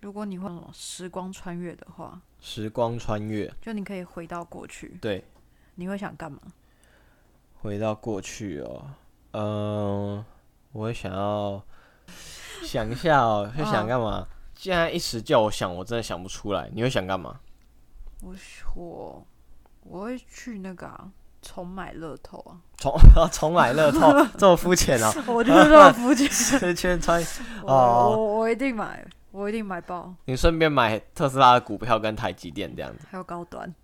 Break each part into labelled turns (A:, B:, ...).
A: 如果你会有时光穿越的话，
B: 时光穿越，
A: 就你可以回到过去，
B: 对，
A: 你会想干嘛？
B: 回到过去哦，嗯，我想要想一下哦，
A: 啊
B: 会想干嘛？现在一时叫我想，我真的想不出来。你会想干嘛？
A: 我我我会去那个啊重买乐透啊，
B: 重重买乐透，这么肤浅哦？
A: 我就是这么肤 浅，
B: 圈圈穿，
A: 我
B: 哦
A: 我我一定买，我一定买爆，
B: 你顺便买特斯拉的股票跟台积电这样子。
A: 还有高端，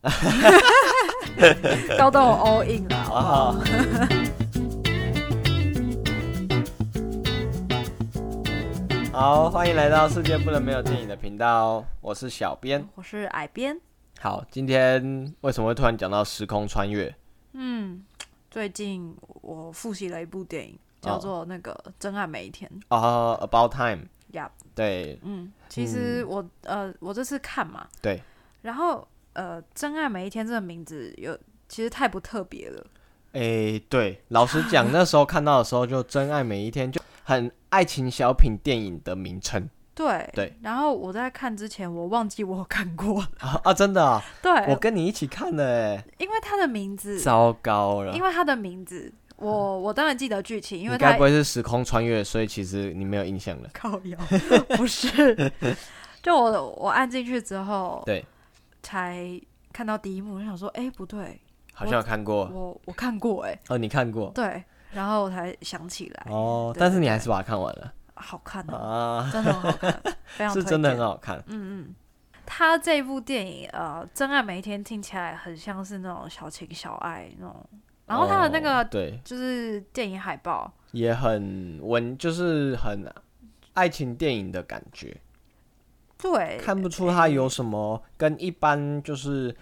A: 高端我 all in 了，
B: 啊
A: 好不啊好？
B: 好，欢迎来到世界不能没有电影的频道，哦我是小编。
A: 我是矮边，
B: 好，今天为什么会突然讲到时空穿越？
A: 嗯，最近我复习了一部电影，叫做那个《真爱每一天》
B: 哦、a b o u t Time，
A: 呀。
B: 对
A: 嗯，其实我、呃，我这次看嘛，
B: 对，
A: 然后呃，《真爱每一天》这个名字有其实太不特别了，
B: 诶、对，老实讲，那时候看到的时候就《真爱每一天》就很爱情小品电影的名称
A: 对
B: 对。
A: 然后我在看之前，我忘记我有看 过，
B: 啊啊，真的啊、我
A: 对，
B: 跟你一起看的诶，
A: 因为它的名字，
B: 糟糕了嗯
A: 因，为它的名字，我我当然记得剧情，因为
B: 你
A: 它
B: 该不会是时空穿越，所以其实你没有印象了？
A: 靠 腰不是，就我我按进去之后，
B: 对，
A: 才看到第一幕，我想说，哎、不对，
B: 好像有看过
A: 我我看过哎、
B: 哦哦，你看过
A: 对，然后我才想起来，
B: 哦，
A: 对
B: 但
A: 对
B: 是你
A: 对
B: 还是把它看完了
A: 好看哦、
B: 啊，
A: 真的很好 看，非常
B: 是
A: 推
B: 真的
A: 荐
B: 很好看。
A: 嗯嗯，他这部电影呃，《真爱每一天》听起来很像是那种小情小爱那种，然后他的那
B: 哦
A: 个
B: 对
A: 就是电影海报，
B: 也很文，就是很爱情电影的感觉。
A: 对，
B: 看不出它有什么跟一般就是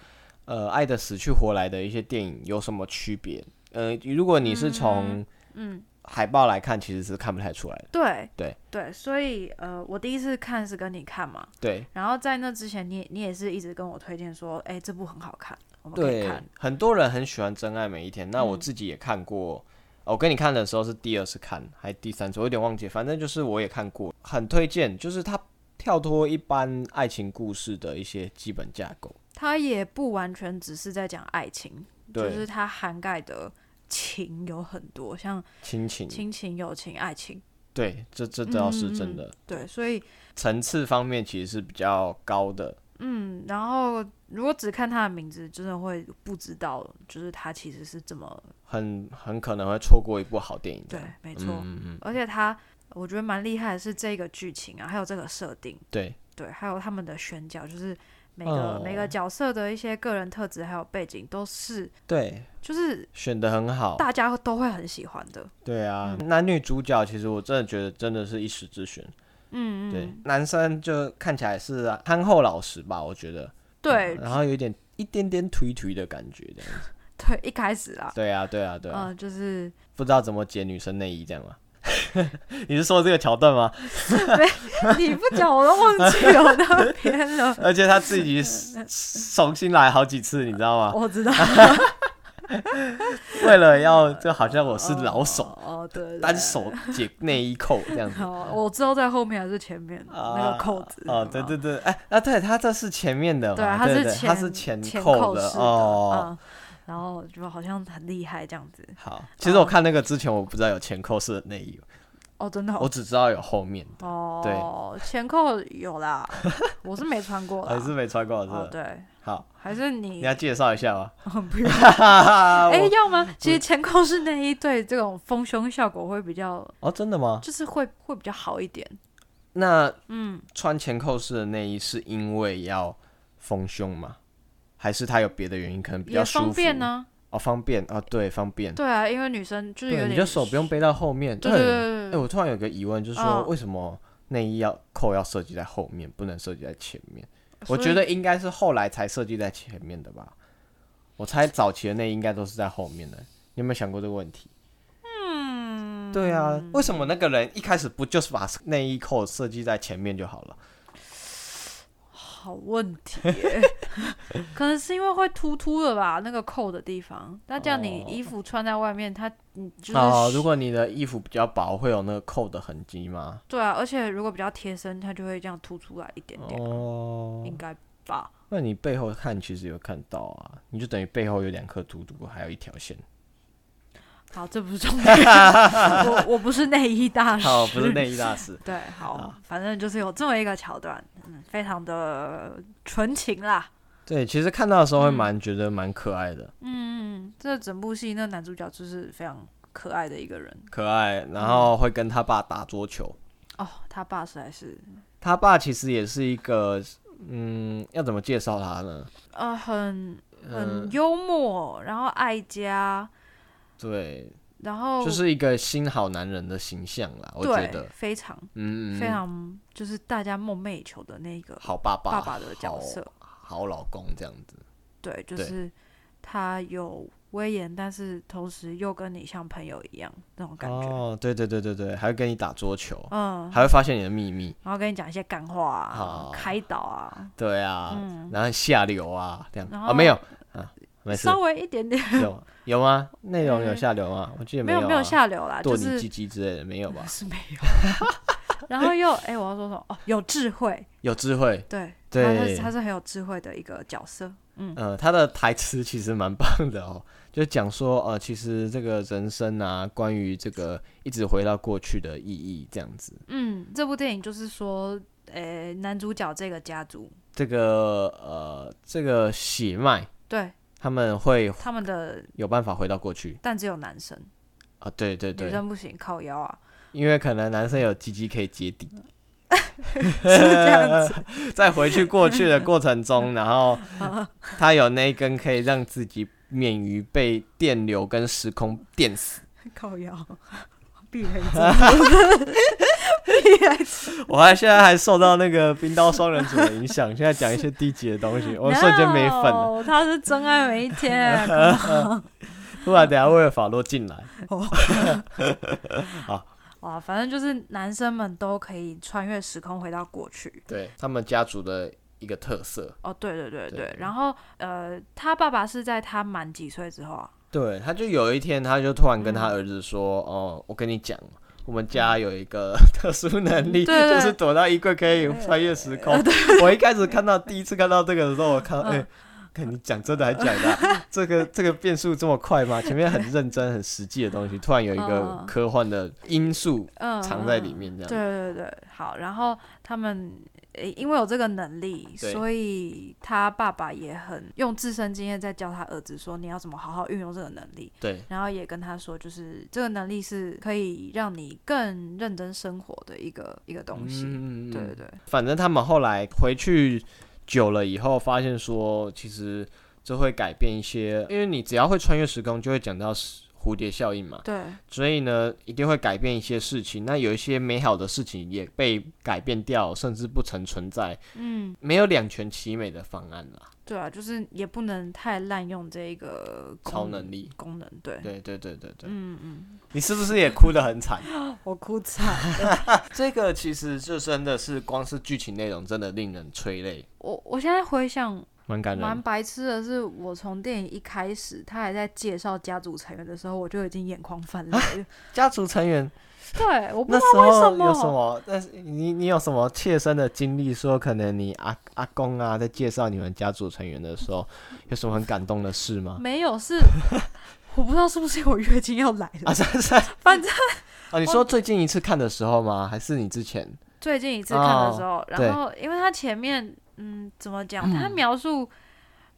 B: 呃爱的死去活来的一些电影有什么区别。呃，如果你是从
A: 嗯，
B: 海报来看，其实是看不太出来的。
A: 对
B: 对
A: 对，所以呃，我第一次看是跟你看嘛，
B: 对
A: 然后在那之前你，你也是一直跟我推荐说，哎、这部很好看，我们可以
B: 对
A: 看，，嗯
B: 很多人很喜欢《真爱每一天》，那我自己也看过。哦我跟你看的时候是第二次看，还第三次，我有点忘记，反正就是我也看过，很推荐，就是它跳脱一般爱情故事的一些基本架构。
A: 它也不完全只是在讲爱情，就
B: 对
A: 是它涵盖的情有很多，像
B: 亲情，
A: 亲嗯情、友情、爱情，
B: 对，这这倒是真的。
A: 对，所以
B: 层次方面其实是比较高的，
A: 嗯，然后如果只看他的名字，真的会不知道，就是他其实是怎么
B: 很很可能会错过一部好电影这
A: 对
B: 样。，
A: 没错。
B: 嗯嗯，
A: 而且他我觉得蛮厉害的是这个剧情啊，还有这个设定，
B: 对
A: 对，还有他们的选角，就是每个、每个
B: 哦
A: 角色的一些个人特质还有背景都是，
B: 对，
A: 就是
B: 选的很好。
A: 大嗯家都会很喜欢的。
B: 对啊，男女主角其实我真的觉得真的是一时之选。
A: 嗯
B: 对
A: 嗯，，
B: 男生就看起来是憨厚老实吧，我觉得。嗯
A: 对
B: 然后有一点一点点颓颓的感觉这样子。
A: 对，一开始啦，
B: 对啊，对啊，对
A: 嗯、
B: 啊，
A: 就是
B: 不知道怎么解女生内衣这样吗？ 你是说这个桥段吗？
A: 你不讲我都忘记有那边
B: ，
A: 了
B: 而且他自己重新来好几次，你知道吗？
A: 我知道，
B: 为了要就好像我是老手，
A: 哦，哦对对
B: 单
A: 对
B: 手解内衣扣这样子。
A: 好，我知道在后面还是前面、
B: 啊
A: 那个扣子。
B: 哦，对对对，哎啊，对，他这是前面的嘛，
A: 对啊，
B: 对
A: 是
B: 对
A: 前
B: 它是前
A: 前
B: 扣
A: 式的
B: 哦。
A: 嗯然后就好像很厉害这样子。
B: 好，其实我看那个之前我不知道有前扣式的内衣，
A: 哦，真的
B: 我
A: 哦。
B: 只知道有后面，
A: 哦，前扣有啦，我是没穿过啦。
B: 还是没穿过是
A: 哦，
B: 吧？
A: 对，
B: 好，
A: 还是
B: 你
A: 你
B: 要介绍一下吗？
A: 不用。哎，
B: 哎，
A: 要吗？其实前扣式内衣对这种丰胸效果会比较，
B: 哦，真的吗？
A: 就是会会比较好一点。
B: 那
A: 嗯，
B: 穿前扣式的内衣是因为要丰胸吗？还是它有别的原因，可能比较
A: 也
B: 舒服？
A: 方便呢。
B: 哦，方便啊，对，方便。
A: 对啊，因为女生就是有
B: 对，
A: 点
B: 你的手不用背到后面。
A: 对
B: 哎
A: 对对
B: 哎、
A: 对对，
B: 我突然有个疑问，就是说
A: 嗯
B: 为什么内衣要扣要设计在后面，不能设计在前面？我
A: 所以
B: 觉得应该是后来才设计在前面的吧。我猜早期的内衣应该都是在后面的，你有没有想过这个问题？嗯，对啊，为什么那个人一开始不就是把内衣扣设计在前面就好了？
A: 好问题 耶，可能是因为会突突的吧，那个扣的地方。那这样你
B: 哦
A: 衣服穿在外面，它你就是、
B: 哦，如果你的衣服比较薄，会有那个扣的痕迹吗？
A: 对啊，而且如果比较贴身，它就会这样凸出来一点点，
B: 哦，
A: 应该吧？
B: 那你背后看其实有看到啊，你就等于背后有两颗凸凸，还有一条 线。
A: 好，这不是 重点，我我不是内衣大师，
B: 好，不是内衣大师。
A: 对，好，反正就是有这么一个桥段，嗯，非常的纯情啦。
B: 对，其实看到的时候会蛮觉得蛮可爱的，
A: 嗯，这整部戏那男主角就是非常可爱的一个人
B: 可爱，然后会跟他爸打桌球。
A: 哦，他爸实在是
B: 他爸其实也是一个，嗯，要怎么介绍他呢？
A: 呃很很
B: 嗯，
A: 幽默，然后爱家，
B: 对，
A: 然后
B: 就是一个新好男人的形象啦，我觉
A: 哦对
B: 得，，
A: 非常、
B: 嗯，嗯
A: 非常就是大家梦寐以求的那个
B: 好爸爸，
A: 爸爸的角色，
B: 好，好老公这样子。
A: 对，就
B: 对
A: 是他有威严，但是同时又跟你像朋友一样那种感觉，
B: 哦，对对对对对，还会跟你打桌球，
A: 嗯，
B: 还会发现你的秘密。
A: 然后跟你讲一些干话啊
B: 好，
A: 开导啊，
B: 对啊，然后下流啊，这样
A: 然
B: 啊、
A: 后
B: 没有啊，没事
A: 稍，微一点点，
B: 有有吗？内容有下流吗？我记得
A: 没
B: 有、
A: 有
B: 啊、
A: 没有下流 啦，
B: 剁
A: 就
B: 你
A: 是
B: 鸡鸡之类的没有吧？
A: 是没有。 然后又哎、我要说什么？哦，有智慧，
B: 有智慧，
A: 对，他
B: 对
A: 是他是很有智慧的一个角色，嗯，
B: 呃，他的台词其实蛮棒的哦， 就讲说呃，其实这个人生啊，关于这个一直回到过去的意义这样子。
A: 嗯，这部电影就是说，呃、男主角这个家族，
B: 这个呃，这个血脉
A: 对
B: 他们会
A: 他们的，
B: 有办法回到过去
A: 但只有男生，
B: 啊，对对
A: 女
B: 对，
A: 生不行，靠腰 啊，
B: 因为可能男生有鸡鸡可以接底，
A: 是这样子，
B: 在回去过去的过程中，然后他有那一根可以让自己免于被电流跟时空电死。
A: 靠腰，避雷 针，避雷针，
B: 我还现在还受到那个冰刀双人组的影响，现在讲一些低级的东西， 我瞬间没粉了。
A: No，他是真爱每一天，
B: 突然等一下为了法洛进来，
A: 哇，反正就是男生们都可以穿越时空回到过去。
B: 对他们家族的一个特色，
A: 哦，对对对对，
B: 对
A: 然后呃，他爸爸是在他满几岁之后啊？
B: 对，他就有一天，他就突然跟
A: 嗯
B: 他儿子说：“哦，我跟你讲，我们家有一个 特殊能力，
A: 对对呃
B: 就是躲到衣柜可以穿越时空。我一开始看到第一次看到这个的时候，我看，
A: 嗯
B: 哎、看你讲真的还假的啊、这个这个变数这么快吗？前面很认真、很实际的东西，突然有一
A: 嗯
B: 个
A: 嗯
B: 科幻的因素
A: 嗯，
B: 藏在里面，
A: 嗯。
B: 这样。
A: 对对对，好，然后他们呃因为有这个能力，
B: 对
A: 所以他爸爸也很用自身经验在教他儿子说你要怎么好好运用这个能力，
B: 对
A: 然后也跟他说就是这个能力是可以让你更认真生活的一个一个东西。
B: 嗯
A: 对对对，
B: 反正他们后来回去久了以后，发现说其实这会改变一些，因为你只要会穿越时空，就会讲到时蝴蝶效应嘛，
A: 对，
B: 所以呢，一定会改变一些事情。那有一些美好的事情也被改变掉，甚至不曾存在，
A: 嗯。
B: 没有两全其美的方案啦。
A: 对啊，就是也不能太滥用这一个功
B: 超能力
A: 功能，对，
B: 对对对对对，
A: 嗯嗯，
B: 你是不是也哭得很惨？
A: 我哭惨，
B: 这个其实就真的是光是剧情内容，真的令人催泪，
A: 我我现在回想，
B: 蛮感
A: 蛮
B: 人。
A: 白痴的是，我从电影一开始，他还在介绍家族成员的时候，我就已经眼眶泛泪了。
B: 家族成员
A: 对，我不
B: 啊那
A: 知
B: 时
A: 道为
B: 候
A: 什么，
B: 有什么？但是你你有什么切身的经历？说可能你阿阿公啊，在介绍你们家族成员的时候，有什么很感动的 事吗？
A: 没有是，我不知道是不是因为我月经要来了，
B: 啊，是是啊，
A: 反正
B: 你说最近一次看的时候吗？还是你之前？
A: 最近一次看的时候，
B: 哦对
A: 然后因为他前面，嗯，怎么讲？他描述、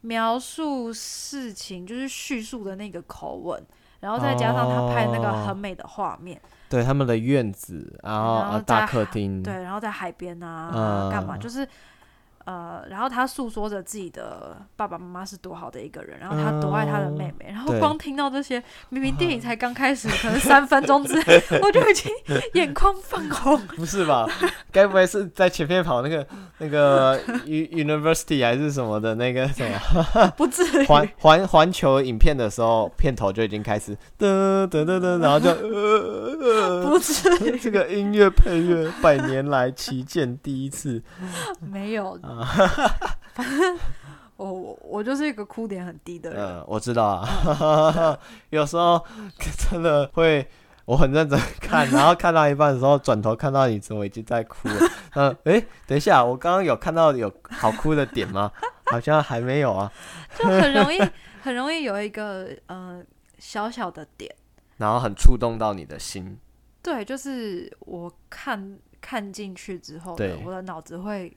A: 描述事情就是叙述的那个口吻，然后再加上他拍那个
B: 哦
A: 很美的画面，
B: 对，他们的院子，然后
A: 然后
B: 啊
A: 在
B: 大客厅，
A: 对，然后在海边啊
B: 嗯
A: 干、嘛，就是呃，然后他诉说着自己的爸爸妈妈是多好的一个人，然后他多爱他的妹妹，然后
B: 对
A: 光听到这些，明明电影才刚开始，可能三分钟之内， 我就已经眼眶泛红。
B: 不是吧？该不会是在前面跑那个那个 U University 还是什么的那个什 么
A: 不至于。
B: 环环环球影片的时候，片头就已经开始噔噔噔噔，然后就呃呃
A: 不至
B: 呃，这个音乐配乐百年来旗舰第一次，
A: 没有，反正我我我就是一个哭点很低的人，
B: 嗯，我知道啊， 有时候真的会。我很认真看，然后看到一半的时候，转头看到你陈伟经在哭了。 嗯，诶、等一下，我刚刚有看到有好哭的点吗？ 好像还没有啊。
A: 就很容易很容易有一个呃小小的点，
B: 然后很触动到你的心，
A: 对，就是我看看进去之后呢
B: 对，
A: 我的脑子会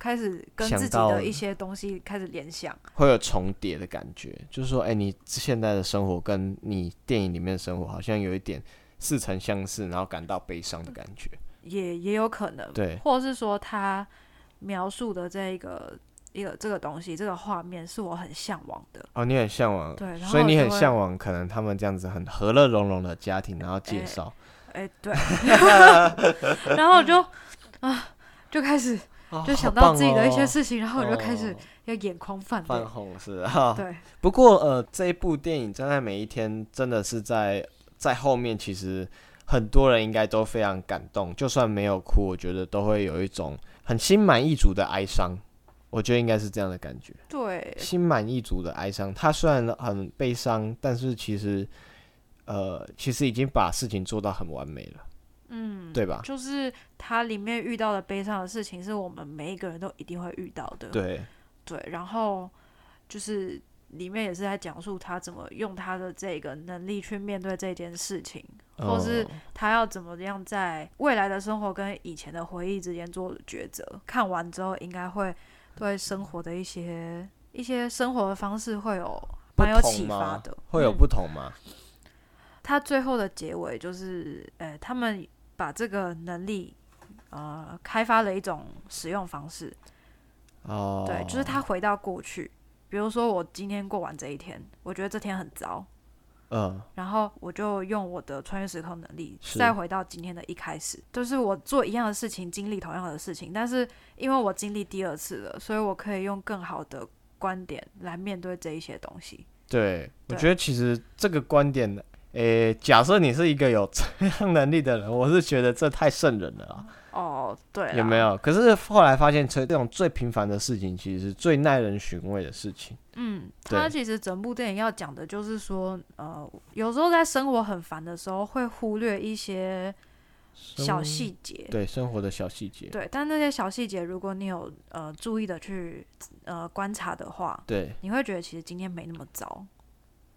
A: 开始跟
B: 想
A: 自己
B: 到
A: 的一些东西开始联想，
B: 会有重叠的感觉，就是说，哎、你现在的生活跟你电影里面的生活好像有一点似曾相识，然后感到悲伤的感觉。
A: 也也有可能，
B: 对，
A: 或者是说他描述的这一个一个这个东西，这个画面是我很向往的。
B: 哦，你很向往，
A: 对然后
B: 所以你
A: 就
B: 很
A: 会
B: 向往可能他们这样子很和乐融融的家庭，然后介
A: 哎
B: 绍、
A: 哎、 对，然后我就啊，就开始
B: 哦
A: 就
B: 好
A: 想到
B: 棒
A: 自己的一些
B: 哦
A: 事情，然后我就开始
B: 哦
A: 要眼眶泛泪
B: 泛。红是啊。
A: 对，
B: 不过呃，这一部电影《真爱每一天》真的是在在后面，其实很多人应该都非常感动，就算没有哭，我觉得都会有一种很心满意足的哀伤。我觉得应该是这样的感觉，
A: 对，
B: 心满意足的哀伤。他虽然很悲伤，但是其实呃，其实已经把事情做到很完美了，
A: 嗯，
B: 对吧？
A: 就是它里面遇到的悲伤的事情，是我们每一个人都一定会遇到的。
B: 对，
A: 对，然后就是里面也是在讲述他怎么用他的这个能力去面对这件事情，或是
B: 嗯
A: 他要怎么样在未来的生活跟以前的回忆之间做抉择。看完之后，应该会对生活的一些一些生活的方式会有
B: 不
A: 蛮有
B: 同
A: 启发
B: 吗
A: 的。
B: 会有
A: 嗯
B: 不同吗？
A: 他最后的结尾就是，呃，他们把这个能力，呃，开发了一种使用方式。
B: 哦，
A: 对，就是他回到过去，比如说我今天过完这一天，我觉得这天很糟，
B: 嗯，
A: 然后我就用我的穿越时空能力
B: 是
A: 再回到今天的一开始，就是我做一样的事情，经历同样的事情，但是因为我经历第二次了，所以我可以用更好的观点来面对这一些东西。
B: 对，我
A: 对
B: 觉得其实这个观点，诶、假设你是一个有这样能力的人，我是觉得这太圣人了啊，
A: 哦，对，
B: 有没？有？可是后来发现，这这种最平凡的事情，其实是最耐人寻味的事情。
A: 嗯，
B: 对
A: 他其实整部电影要讲的就是说，呃，有时候在生活很烦的时候，会忽略一些小
B: 生
A: 细节。
B: 对生活的小细节，
A: 对，但那些小细节，如果你有呃注意的去呃观察的话，
B: 对，
A: 你会觉得其实今天没那么糟，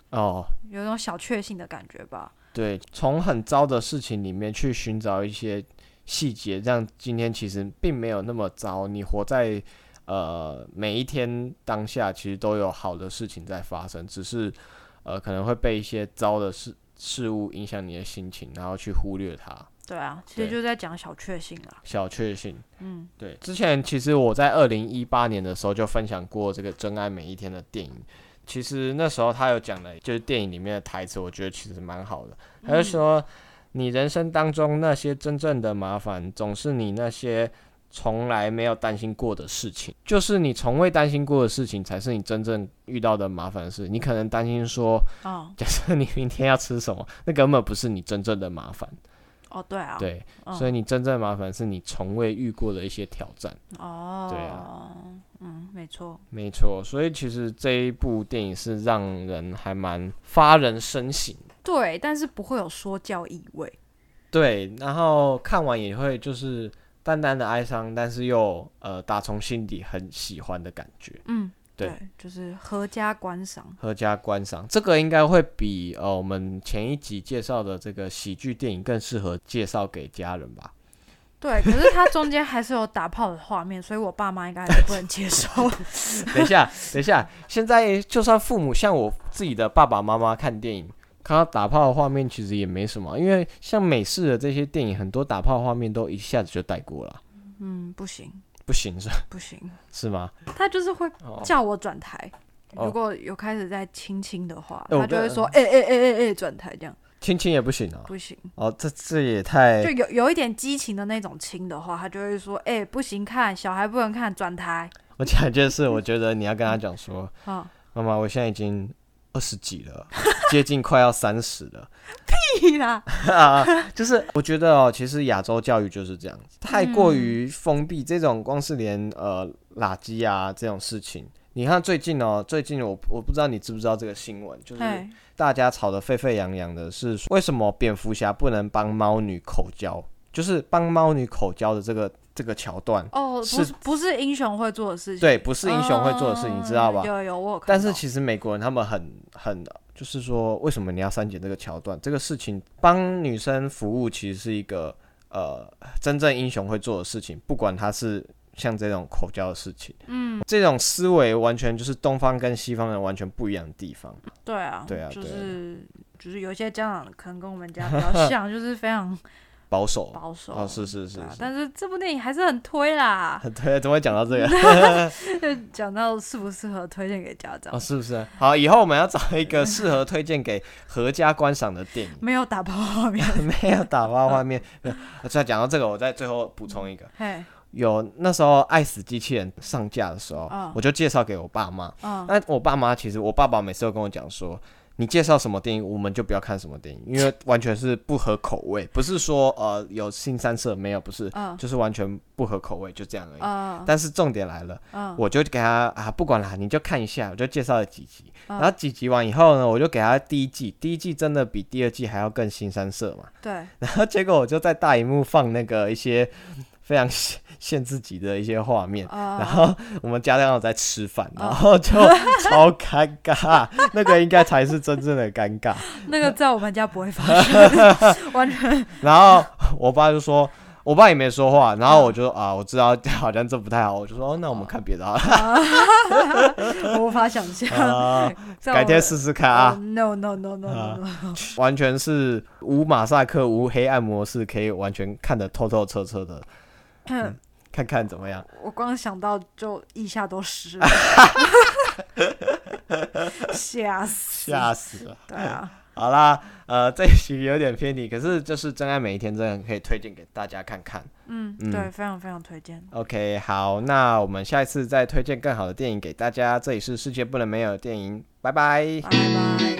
B: 哦，
A: 有一种小确幸的感觉吧。
B: 对，从很糟的事情里面去寻找一些细节，让今天其实并没有那么糟。你活在呃每一天当下，其实都有好的事情在发生，只是呃可能会被一些糟的事事物影响你的心情，然后去忽略它。
A: 对啊，其实
B: 对
A: 就是在讲小确幸啦。
B: 小确幸，
A: 嗯，
B: 对。之前其实我在二零一八年的时候就分享过这个《真爱每一天》的电影。其实那时候他有讲了，就是电影里面的台词，我觉得其实蛮好的。他就说，你人生当中那些真正的麻烦，总是你那些从来没有担心过的事情，就是你从未担心过的事情，才是你真正遇到的麻烦事。你可能担心说，
A: 哦
B: 假设你明天要吃什么，那根本不是你真正的麻烦。
A: 哦，对啊，
B: 对，
A: 嗯，
B: 所以你真正的麻烦是你从未遇过的一些挑战。
A: 哦，
B: 对啊
A: 嗯，没错，
B: 没错，所以其实这一部电影是让人还蛮发人深省。
A: 对，但是不会有说教意味。
B: 对，然后看完也会就是淡淡的哀伤，但是又呃打从心底很喜欢的感觉。
A: 嗯，
B: 对
A: 对，就是合家观赏。
B: 合家观赏，这个应该会比呃我们前一集介绍的这个喜剧电影更适合介绍给家人吧。
A: 对，可是它中间还是有打炮的画面，所以我爸妈应该还是不能接受。
B: 等一下，等一下，现在就算父母像我自己的爸爸妈妈看电影，看到打炮的画面，其实也没什么，因为像美式的这些电影，很多打炮画面都一下子就带过了，
A: 嗯，不行，
B: 不行是
A: 不行，
B: 是吗？
A: 他就是会
B: 哦，
A: 叫我转台。
B: 哦
A: 如果有开始在亲亲的话，
B: 哎我
A: 他就
B: 跟
A: 会说：“哎哎哎哎哎，转台这样。
B: 亲亲也不行啊。
A: 不行。
B: 哦，这这也
A: 就
B: 太
A: 有有一点激情的那种亲的话，他就会说：“哎、不行看，小孩不能看，转台。
B: 我讲一件事，我觉得你要跟他讲 说，
A: 嗯
B: 妈妈，我现在已经二十几了，接近快要三十了。”
A: 屁啦！
B: 啊就是我觉得哦，其实亚洲教育就是这样子，太过于封闭。这种光是连呃垃圾啊这种事情，你看最近哦，最近我我不知道你知不知道这个新闻，就是
A: 哎，
B: 大家吵得沸沸扬扬的是为什么蝙蝠侠不能帮猫女口交，就是帮猫女口交的这个这个桥段，
A: 哦，不
B: 是
A: 是不是英雄会做的事情，
B: 对，不是英雄会做的事，你知道吧
A: 嗯？有有，我有看
B: 但是
A: 到
B: 其实美国人他们很很，就是说为什么你要删减这个桥段？这个事情帮女生服务其实是一个呃真正英雄会做的事情，不管他是像这种口交的事情，嗯，这种思维完全就是东方跟西方人完全不一样的地方。
A: 对啊，
B: 对啊
A: 就
B: 对啊
A: 是就是有一些家长可能跟我们家比较 像，就是非常
B: 保守
A: 保守。
B: 哦，是是是
A: 对啊，
B: 是，
A: 但是这部电影还是很推啦。
B: 对，怎么会讲到这个？
A: 就讲到适不适合推荐给家长
B: 哦，，是不是？好，以后我们要找一个适合推荐给合家观赏的电影。
A: 没有打包画面。
B: 没有打包画面，没有。再讲到这个，我再最后补充一个，
A: 嘿，
B: 有那时候《爱死机器人》上架的时候，
A: 嗯
B: 我就介绍给我爸妈。
A: 嗯，
B: 那我爸妈其实，我爸爸每次都跟我讲说，你介绍什么电影，我们就不要看什么电影，因为完全是不合口味。不是说呃有新三色没有，不是，
A: 嗯
B: 就是完全不合口味，就这样而已。
A: 嗯
B: 但是重点来了，
A: 嗯
B: 我就给他啊，不管啦，你就看一下，我就介绍了几集，
A: 嗯
B: 然后几集完以后呢，我就给他第一季，第一季真的比第二季还要更新三色嘛。
A: 对，
B: 然后 结果我就在大荧幕放那个一些非常 限限制级的一些画
A: 哦
B: 面，
A: 呃
B: 然后我们家长有在吃饭，然后就超尴尬， 那个应该才是真正的尴尬。
A: 那个在我们家不会发生， 完全
B: 然后我爸就说。我爸也没说话，然后我就啊，我知道好像这不太好，我就说、哦、那我们看别的好了，
A: 无法想
B: 啊
A: 象。在我
B: 改天试试看
A: 哦
B: 啊，
A: No no no no no no！
B: 完全是无马赛克、无黑暗模式，可以完全看得透透彻彻的，啊
A: 哼
B: 看看怎么样。
A: 我光想到就腋下都湿了，吓死！
B: 吓死了！
A: 对啊，
B: 好啦，呃，这一集有点偏题，可是就是《真爱每一天》真的可以推荐给大家看看。
A: 嗯，
B: 嗯
A: 对，非常非常推荐。
B: OK，好，那我们下一次再推荐更好的电影给大家。这里是世界不能没有的电影，拜拜。
A: 拜拜。